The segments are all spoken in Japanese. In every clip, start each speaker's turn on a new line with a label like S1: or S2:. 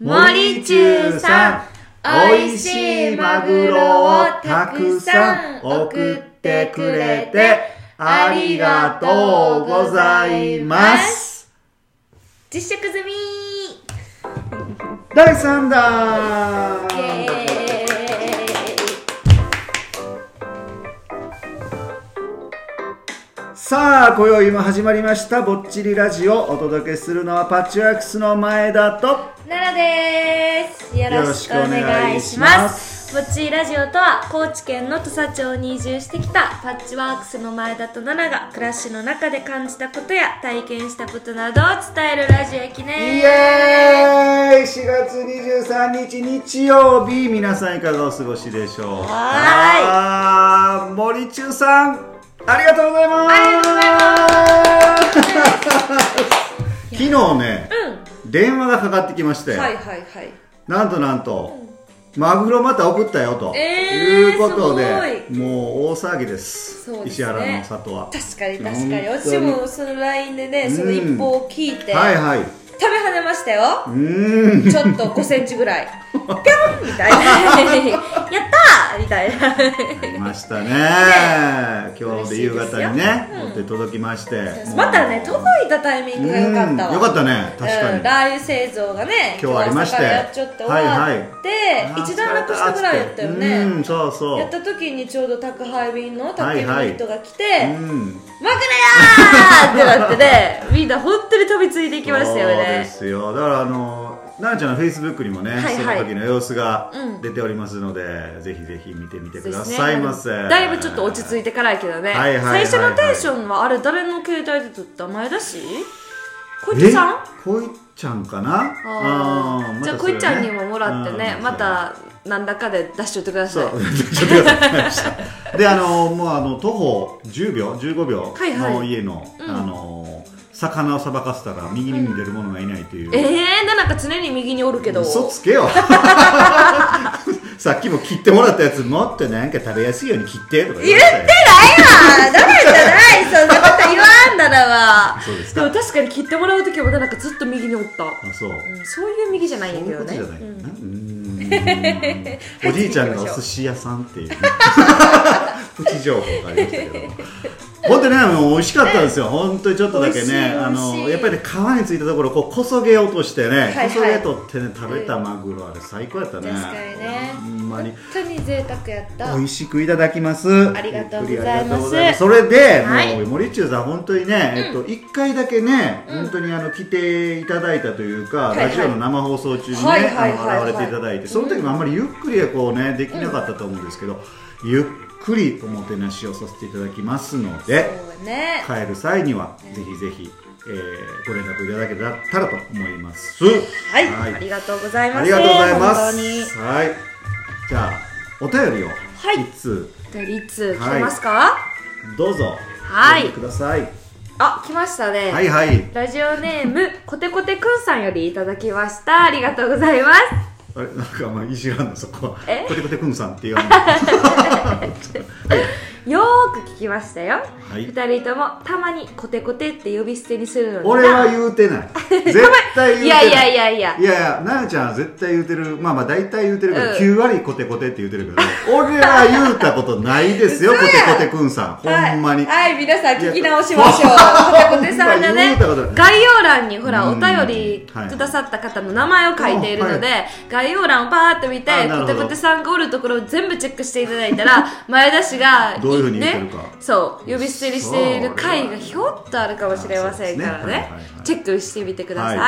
S1: 森中さん美味しいマグロをたくさん送ってくれてありがとうございます
S2: 実食済み
S1: 第3弾
S2: イエ
S1: さあ今宵も始まりました「ぼっちりラジオ」お届けするのはパッチワークスの前田と
S2: ーイ奈良ですよろしくお願いし
S1: よろしくお願いしま
S2: ます
S1: す
S2: ぼっちーラジオとは高知県の土佐町に移住してきたパッチワークスの前田と奈々が暮らしの中で感じたことや体験したことなどを伝えるラジオや記
S1: イ
S2: 念
S1: エーイ4月23日日曜日皆さんいかがお過ごしでしょうか
S2: は
S1: あー森中さんありがとうございます昨日ね、電話がかかってきまして、
S2: はいはいはい
S1: なんとなんと、マグロまた送ったよと、
S2: えー
S1: いうことですもう大騒ぎです
S2: そうですね
S1: 石原の里は
S2: 確かに確かに
S1: 本
S2: 私
S1: 当に
S2: もその LINE でねその一報を聞いて、
S1: はいはい
S2: 食べ跳ねましたよ
S1: うーん
S2: ちょっと5センチぐ らい。ぴょんみたいな。 やったーみたいな。
S1: いましたね今日で夕方に
S2: 嬉しいです
S1: ね
S2: ようん
S1: 持って届きまして
S2: またね、届いたタイミングが良かったわ。
S1: うんよかったね確かに
S2: うんラー油製造がね、
S1: 今日ありまして
S2: 今日朝からやっちゃって終
S1: はい
S2: わ
S1: は
S2: って、
S1: あー
S2: 一段落したぐらいやったよ
S1: 疲れたっつってう
S2: ね。
S1: んそうそう
S2: やった時にちょうど宅配便の宅
S1: はい
S2: 配
S1: は
S2: 便
S1: い
S2: の人が来て、
S1: うん
S2: マグロやーってなってね、みんな本当に飛びついていきましたよ
S1: そうで
S2: ね。
S1: すよだからあの奈々ちゃんのフェイスブックにもね、
S2: はいはい
S1: その時の様子が
S2: うん
S1: 出ておりますので、ぜひぜひ見てみてくだ
S2: ですね
S1: さいませ、
S2: だいぶちょっと落ち着いてからやけどね、
S1: はいはいはいはい
S2: 最初のテンションはあれ誰の携帯で撮った前だし小池さん
S1: えこいちゃんかな
S2: あ
S1: ー
S2: ー
S1: ま
S2: じゃあ
S1: た
S2: こ
S1: それ
S2: い
S1: ね
S2: ちゃんにももらってね
S1: うん
S2: また何らかで出しといてくだ
S1: そ
S2: さいう
S1: ちょっと待ってくださいであのもうあの徒歩10秒15秒
S2: はいはい
S1: の家の、
S2: うん
S1: あの魚をさばかせたら右に出る者がいないという、
S2: ええー、なんか常に右におるけど
S1: 嘘つけよ さっきも切ってもらったやつもっとなんか食べやすいように切ってとか
S2: 言って
S1: ま
S2: ないわ
S1: したよ
S2: ダメじゃないそんなこと言わんならば
S1: そうです
S2: で
S1: か
S2: も確かに切ってもらう時もなんかずっと右におった、
S1: あそう、
S2: うん、そういう右じゃないんや
S1: そう
S2: け
S1: いう
S2: ど
S1: こと
S2: ね
S1: じゃないよ
S2: うん
S1: な、う ーんおじいちゃんがお寿司屋さんっていうねプチ情報がありましたけど本当にねもう美味しかったんですよ本当にちょっとだけ
S2: 美味しい
S1: ねあ
S2: 美味し
S1: の
S2: い
S1: やっぱりね皮についたところをこうこそげ落としてね、
S2: いはい
S1: こそげ取ってね食べたマグロあれ最高やったね
S2: 確かにね
S1: ほんまに
S2: 本当に贅沢やった
S1: 美味しくいただきます
S2: ありがとうございます
S1: ゆっくりありがとうござそれで、
S2: はい
S1: もう森中さん本当にね、えっと一回だけね、本当にあの来ていただいたというか、
S2: はいはい
S1: ラジオの生放送中にね、
S2: はいはいはいはい
S1: あの現れていただいてその時もあんまりゆっくりはこうねできなかったと思うんですけど、ゆっくりおもてなしをさせていただきますので
S2: そうね
S1: 帰る際にはぜひぜひ、えーご連絡いただけたらと思います。
S2: はい、ありがとうございます
S1: ありがとうございま
S2: 本当に
S1: す。はい。じゃあお便りを
S2: い
S1: 一通
S2: でリッツ来てますか、
S1: どうぞ。
S2: はい
S1: お読みください。
S2: あ来ましたね
S1: はいはい。
S2: ラジオネームコテコテくんさんよりいただきましたありがとうございます
S1: あれなんかまあいじらんのそこは
S2: え。
S1: コテコテくんさんっていうの。 はい
S2: よーく聞きましたよ、
S1: はい
S2: 二人ともたまにコテコテって呼び捨てにするのにな
S1: 俺は言うてない。 絶対言うてない。
S2: いやいやいやいや
S1: いやいや、ななちゃんは絶対言うてる、まあまあ大体言うてるけど、
S2: うん
S1: 9割コテコテって言うてるけど、 俺は言うたことないですよ、コ
S2: 嘘
S1: テ
S2: や
S1: コテくんさん。ほんまに。
S2: はい、はい、皆さん聞き直しましょう
S1: いや
S2: コテコテさんがね
S1: ほんま言うたことない
S2: 概要欄にほら
S1: う
S2: お
S1: ん
S2: 便り
S1: はい
S2: くださった方の名前を書いているので、
S1: あ
S2: 概要欄をパーッと見て
S1: あなる
S2: コ
S1: ほど
S2: テコテさんがおるところを全部チェックしていただいたら前田氏が
S1: どういうふうに言ってるか
S2: ねそう呼び捨てにしている回がひょっとあるかもしれませんからね
S1: そうですねはいはいはい
S2: チェックしてみてください
S1: は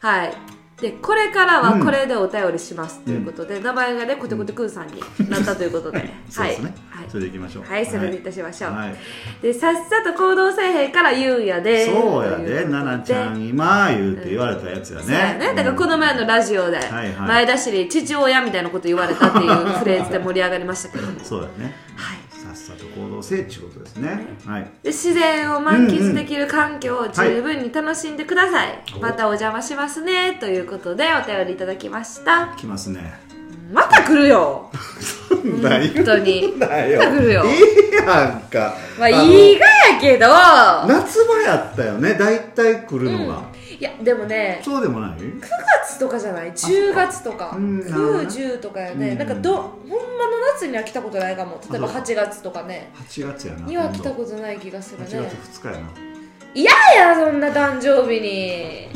S2: はいい、でこれからは
S1: うん
S2: これでお便りしますということで、名前がねコテコテくんさんになったということで
S1: そうですね
S2: は。い
S1: それで行きましょう。
S2: はい、それでいたしましょう。
S1: はい
S2: で、さっさと行動せえへんから言うんやで。
S1: そうや
S2: という
S1: で、
S2: こと
S1: ななちゃ。ん今言うって言われたやつやね。
S2: そうやね、だからこの前のラジオで、
S1: はいはい
S2: 前田市に父親みたいなこと言われたっていうフレーズで盛り上がりましたけども、
S1: うんそうやね。
S2: はい、
S1: さっさと行動せえっちゅうことですね。はい。
S2: で自然を満喫できる環境を
S1: ん
S2: 十分に楽しんでください、
S1: お
S2: またお邪魔しますねということでお便りいただきました
S1: 来ますね。
S2: また来るよ
S1: 本
S2: 本当 に
S1: だよ。
S2: また来るよ
S1: いいやんか。
S2: まあ
S1: の
S2: いいがやけど
S1: 夏場やったよね、大体来るのが。
S2: いいやでもね
S1: そうでもない
S2: 9月とかじゃない10月とか
S1: うん
S2: 910とかやね、
S1: うん
S2: なんかどほんまの夏には来たことないかも例えば
S1: あそう
S2: 8月とかね
S1: ?8 月やな。
S2: には来たことない気がする
S1: 8
S2: ね
S1: 月2日やな。
S2: いやそんな誕生日に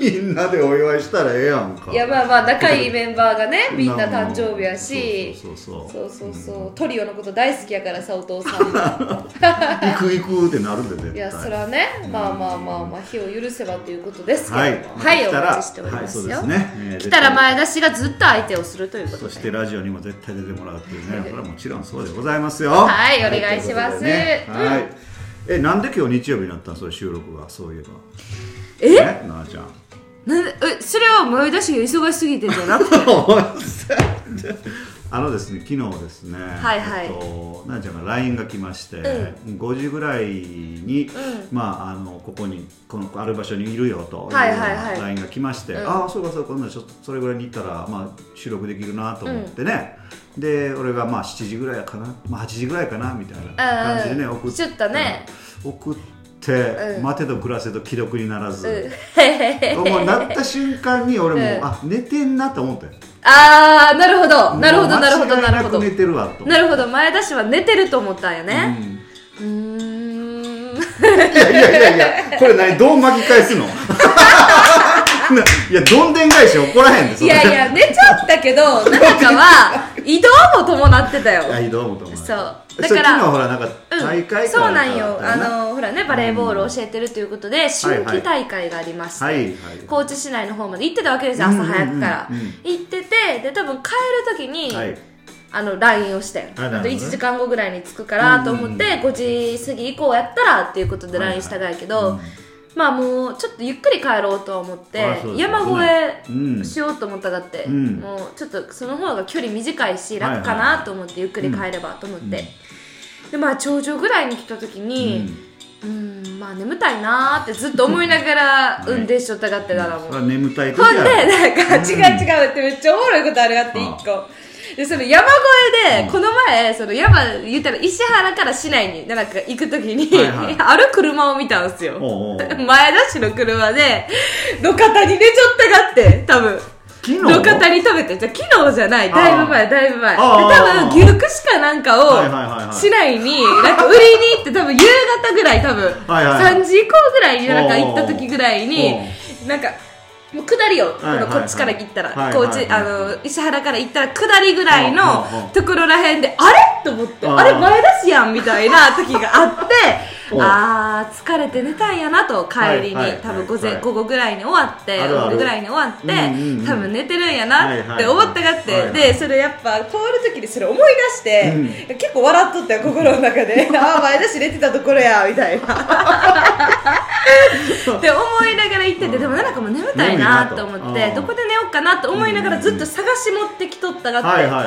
S1: みんなでお祝いしたらええやんか。
S2: いやまあまあ仲いいメンバーが ねみんな誕生日やし
S1: そうそう
S2: そうそうそう、
S1: うん
S2: トリオのこと大好きやからさお父さんが
S1: 行く行くってなるんで絶対
S2: いやそれはねまあまあまあまあ日を許せばということですけども
S1: はい、
S2: はい、
S1: 来
S2: お
S1: たら
S2: 待ちしておりますよ、
S1: はい、そうですね、えー
S2: 来たら前出しがずっと相手をするということ
S1: そ
S2: で
S1: してラジオにも絶対出てもらうっていうね
S2: はい
S1: これはもちろんそうでございますよ
S2: はいお願いします
S1: とうことでね
S2: うん
S1: はい、えなんで今日日曜日になったのそれ収録がそういえば
S2: え
S1: ねなあちゃん
S2: なんでえそれは前出しが忙しすぎてじゃな くて
S1: あのですね昨日ですね
S2: はいはい
S1: えっと、なあちゃんが LINE が来まして、5時ぐらい
S2: う
S1: に、まああのここにこのある場所にいるよという
S2: はいはいはい
S1: LINE が来まして、
S2: うん
S1: ああそうかそうか今度ちょっとそれぐらいに行ったら、まあ、収録できるなと思ってね、で俺がまあ7時ぐらいかな、まあ、8時ぐらいかなみたいな感じでね、
S2: うんうん
S1: 送って
S2: ちょっとね
S1: 送っ
S2: う
S1: て、
S2: ん
S1: 待てど暮らせど既読にならず、
S2: うん
S1: もうなった瞬間に俺も、
S2: うん
S1: あ寝てんなと思ったよ
S2: ああなるほどなるほ
S1: も
S2: ど
S1: う
S2: なるほど
S1: 間違い
S2: なるほ
S1: く
S2: ど
S1: 寝てるわと
S2: なるほど前出しは寝てると思ったんよねう
S1: うん
S2: ーん
S1: いやいやいやいや、これ何、どう巻き返すの ないや、どんでん返し怒らへんで、そ
S2: い
S1: れ
S2: やい。や寝ちゃったけど なんかは移動も伴ってたよ
S1: はい、どうもどうも。
S2: そう
S1: れ
S2: だから
S1: 昨日ほら、なんか、大会か
S2: うん、そうなんよあ
S1: かったよな
S2: のほらねバレーボールを教えてるということで、春季大会がありまして、
S1: はいはい。
S2: 高知市内の方まで行ってたわけですよ朝早くから、
S1: うんうんうんうん
S2: 行っててで多分帰る時に、
S1: はい。
S2: あの LINE をしたよ
S1: あなるほどね
S2: あと1時間後ぐらいに着くからと思って、
S1: うんうん
S2: 5時過ぎ以降やったらっていうことで
S1: はいはい
S2: LINE したがやけど、
S1: うん
S2: まあもうちょっとゆっくり帰ろうとは思って
S1: あそうです
S2: 山
S1: う
S2: 越え
S1: ん
S2: しようと思ったがって、
S1: うん
S2: もうちょっとその方が距離短いし
S1: はいはい
S2: 楽かなと思ってゆっくり帰ればと思って、でまあ頂上ぐらいに来た時にうーんまあ眠たいなーってずっと思いながら
S1: はい
S2: 運転しちょったがってたらもう、
S1: それは眠たい時
S2: ほんで、
S1: やろ
S2: なんか、
S1: うん
S2: 違う違うってめっちゃおもろいことあるがって、一
S1: あ
S2: 個。で、その山越え
S1: うん
S2: で、この前、その山、言ったら石原から市内に、なんか行くときに、
S1: はいはい
S2: ある車を見たんですよ。
S1: おうおう
S2: 前田市の車で、路肩に寝ちゃったがって、多分。
S1: 昨日
S2: 路肩に食べて、じゃあ昨日じゃない、
S1: あー
S2: だいぶ前、だいぶ前。で
S1: あー
S2: 多分、牛串かなんか
S1: はいはいはいは
S2: を、
S1: い
S2: 市内に、なんか売りに行って、多分夕方ぐらい、多分、
S1: はいはいはい
S2: 3時以降ぐらいに、なんか行った時ぐらい
S1: おうお
S2: に、なんか、もう下りよ、こ
S1: はいはい
S2: の
S1: はい
S2: こっちから行ったら、
S1: はいはい
S2: こ
S1: はいう
S2: ち、あの、石原から行ったら下りぐらいの
S1: うんうんうん
S2: ところらへんで、あれと思って、
S1: あー
S2: あれ前出しやんみたいな時があって、
S1: おう
S2: あー、疲れて寝たんやなと、帰り
S1: はいはいはい
S2: に、多分午
S1: は
S2: 前、
S1: い
S2: 午後ぐらいに終わって、
S1: あるある
S2: お昼ぐらいに終わって、
S1: うんうんうん
S2: 多分寝てるんやなって思ったがって、
S1: はいはいはい
S2: でそれやっぱ通る時にそれ思い出して、結構笑っとったよ心の中 でああ前出し寝てたところやみたいなって思いながら行ってて、でもなんかもう眠たいなと思っ
S1: 眠いな
S2: て
S1: と
S2: どこで寝ようかなと思いながらずっと探し持ってきとったがって、
S1: はいはいはい。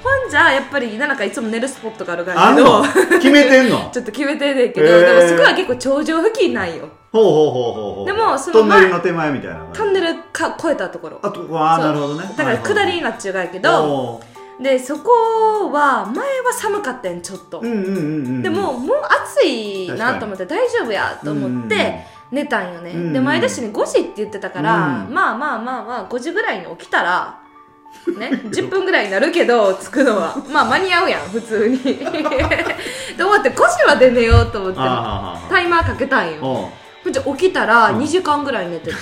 S2: ほんじゃやっぱりなんかいつも寝るスポットがあるか
S1: あ
S2: ら
S1: ん
S2: けど
S1: の決めてんの
S2: ちょっと決めてんねんけど、
S1: へー
S2: でもそこは結構頂上付近なんよ
S1: ほうほうほうほうほう。
S2: でもその
S1: トンネル
S2: 前
S1: の手前みたいな感じ。
S2: トンネルか越えたところ
S1: あと、わあ、
S2: そう
S1: なるほどね。
S2: だから下りに
S1: だ
S2: なっちゅうがやけど、でそこは前は寒かったんちょっと、
S1: うんうんうんうん。
S2: でももう暑いなと思って大丈夫やと思っ
S1: うんうんう
S2: て
S1: ん
S2: 寝たんよね、
S1: うんうん
S2: で前田市に5時って言ってたから、
S1: うん
S2: まあまあまあまあ5時ぐらいに起きたらね、10分ぐ らいになるけど着くのはまあ間に合うやん普通に と思って5時まで寝ようと思って
S1: あーはーはーはー
S2: タイマーかけたんよ
S1: おう
S2: ほんじゃ起きたら2時間ぐらい寝てた、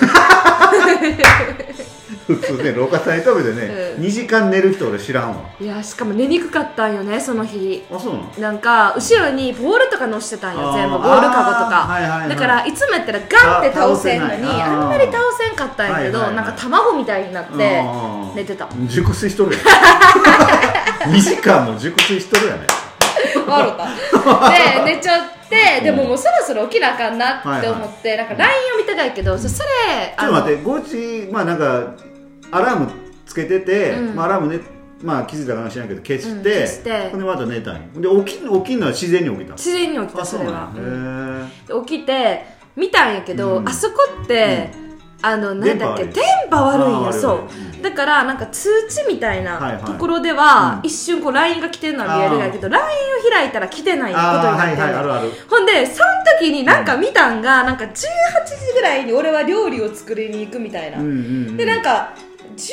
S1: 普通ね、廊下タイトルでね、
S2: うん
S1: 2時間寝る人俺知らんわ。
S2: いやしかも寝にくかったんよねその日
S1: あ、そうなの
S2: なんか後ろにボールとか乗してたん
S1: あ
S2: よ
S1: ー
S2: 全部ボールカゴと
S1: あーはいはいは
S2: か
S1: い
S2: だからいつもやったらガンって倒せんのに
S1: あ倒せないあー
S2: あんまり倒せんかったんやけど
S1: はいはいはい
S2: なんか卵みたいになって寝てた
S1: うん熟睡しとるやん 2時間も熟睡しとるやね
S2: 笑ったで寝ちゃってでももうそろそろ起きなあかんなって思ってなんか LINE を見たがいけどそそれあ
S1: ちょっと
S2: の
S1: 待って5時まあなんかアラームつけてて、
S2: うん
S1: まあ、アラームねまあ気づいたかもしれないけど消して,、
S2: うん消して
S1: ほんでまた寝たんよで起き起きんのは自然に起きた
S2: 自然に起きたそれ
S1: な
S2: は
S1: んやへー
S2: で起きて見たんやけど、
S1: うん
S2: あそこって、あのなんだっけ
S1: 電
S2: 電波悪いん
S1: あー
S2: や
S1: 悪い
S2: そううだからなんか通知みたい
S1: はいは
S2: ないところでは
S1: うん
S2: 一瞬こう LINE が来てるのは見えるんやけど LINE を開いたら来てないことに
S1: ああ
S2: な
S1: は
S2: っ
S1: い
S2: て
S1: はい
S2: る
S1: あ
S2: の
S1: るある
S2: ほんでその時になんか見たんがなんか18時ぐらいに俺は料理を作りに行くみたいな、
S1: うんうん うん
S2: でなんか19時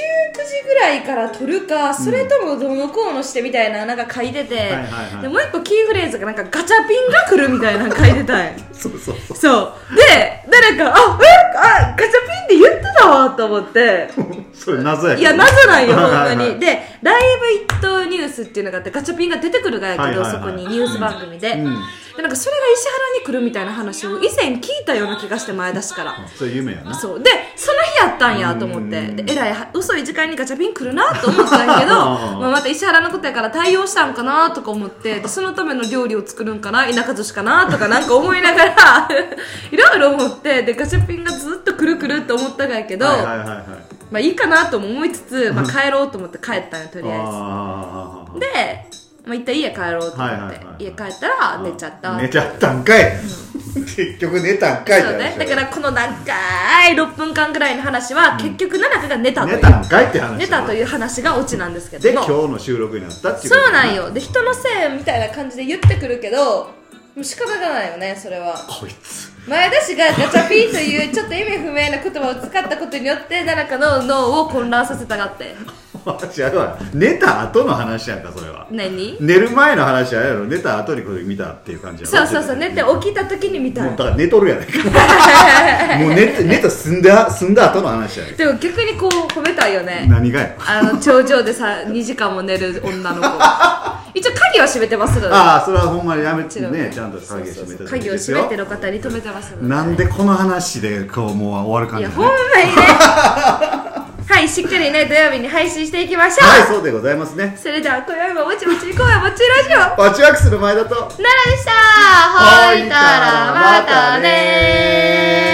S2: ぐらいから撮るかそれともどうのこうのしてみたいななんか書いてて、
S1: いはいはい
S2: でもう一個キーフレーズがなんかガチャピンが来るみたいなの書いてたん
S1: そうそうそう
S2: そうで誰か「あえあガチャピンって言ってたわ」と思って
S1: それ謎や
S2: いや、謎なんよ、ほんま
S1: はいはいは
S2: に。
S1: い
S2: で、ライブ一等ニュースっていうのがあって、ガチャピンが出てくるがやけど、
S1: はいはいはい
S2: そこにニュース番組で。
S1: うん
S2: で、なんかそれが石原に来るみたいな話を以前聞いたような気がして、前出しから。
S1: それ夢やな
S2: そう。で、その日やったんやと思って、
S1: うん
S2: で、えらいは、遅い時間にガチャピン来るなと思ったんやけど、
S1: あー
S2: まあまた石原のことやから対応したんかなとか思って、でそのための料理を作るんかな、田舎女子かなとかなんか思いながら、 いろいろ思って、で、ガチャピンがずっと来る来ると思ったがやけど、
S1: はいはいはいはい
S2: まあいいかなとも思いつつ、まあ、帰ろうと思って帰ったんよとりあ
S1: あ
S2: えずで、まあ、一旦家帰ろうと思って、
S1: はいはいはい
S2: 家帰ったら
S1: ー
S2: 寝ちゃった
S1: 寝ちゃったんかい結局寝たんかい
S2: そうね、だからこの長い6分間ぐらいの話は結局奈々香が寝たとい
S1: 寝
S2: う
S1: たんかいって話
S2: 寝たと
S1: う
S2: いう話がオチなんですけ
S1: で
S2: ど
S1: 今
S2: も
S1: 日の収録になったっていうこと
S2: そうなんよで人のせいみたいな感じで言ってくるけどもう仕方がないよねそれは
S1: こいつ
S2: 前田氏がガチャピンというちょっと意味不明な言葉を使ったことによって奈々香の脳を混乱させたがって
S1: 違うわ寝た後の話やんかそれは
S2: 何
S1: 寝る前の話やろ寝た後にこれ見たっていう感じや
S2: そ
S1: ろ
S2: うそうそう寝て
S1: もう
S2: 起きた時に見た
S1: だから寝とるやないか もう寝て寝た済んだ済んだ後の話やね
S2: でも逆にこう褒めたいよね
S1: 何がや
S2: あの頂上でさ2時間も寝る女の子一応鍵は閉めてますので
S1: ああそれはほんまにやめ
S2: も
S1: て
S2: ちろ
S1: ねちゃんと鍵を閉めて
S2: そうそうそう
S1: た
S2: 鍵を閉めてる方に止めてますので
S1: なんでこの話で今日もう終わる感
S2: いや
S1: じな
S2: ほ
S1: の
S2: んまにね はいしっかりね土曜日に配信していきましょう、
S1: はいそうでございますね
S2: それでは今宵ももちもち行こうよもちラジオ
S1: ワチワクスの前だと
S2: 奈良でしたほいたらまたね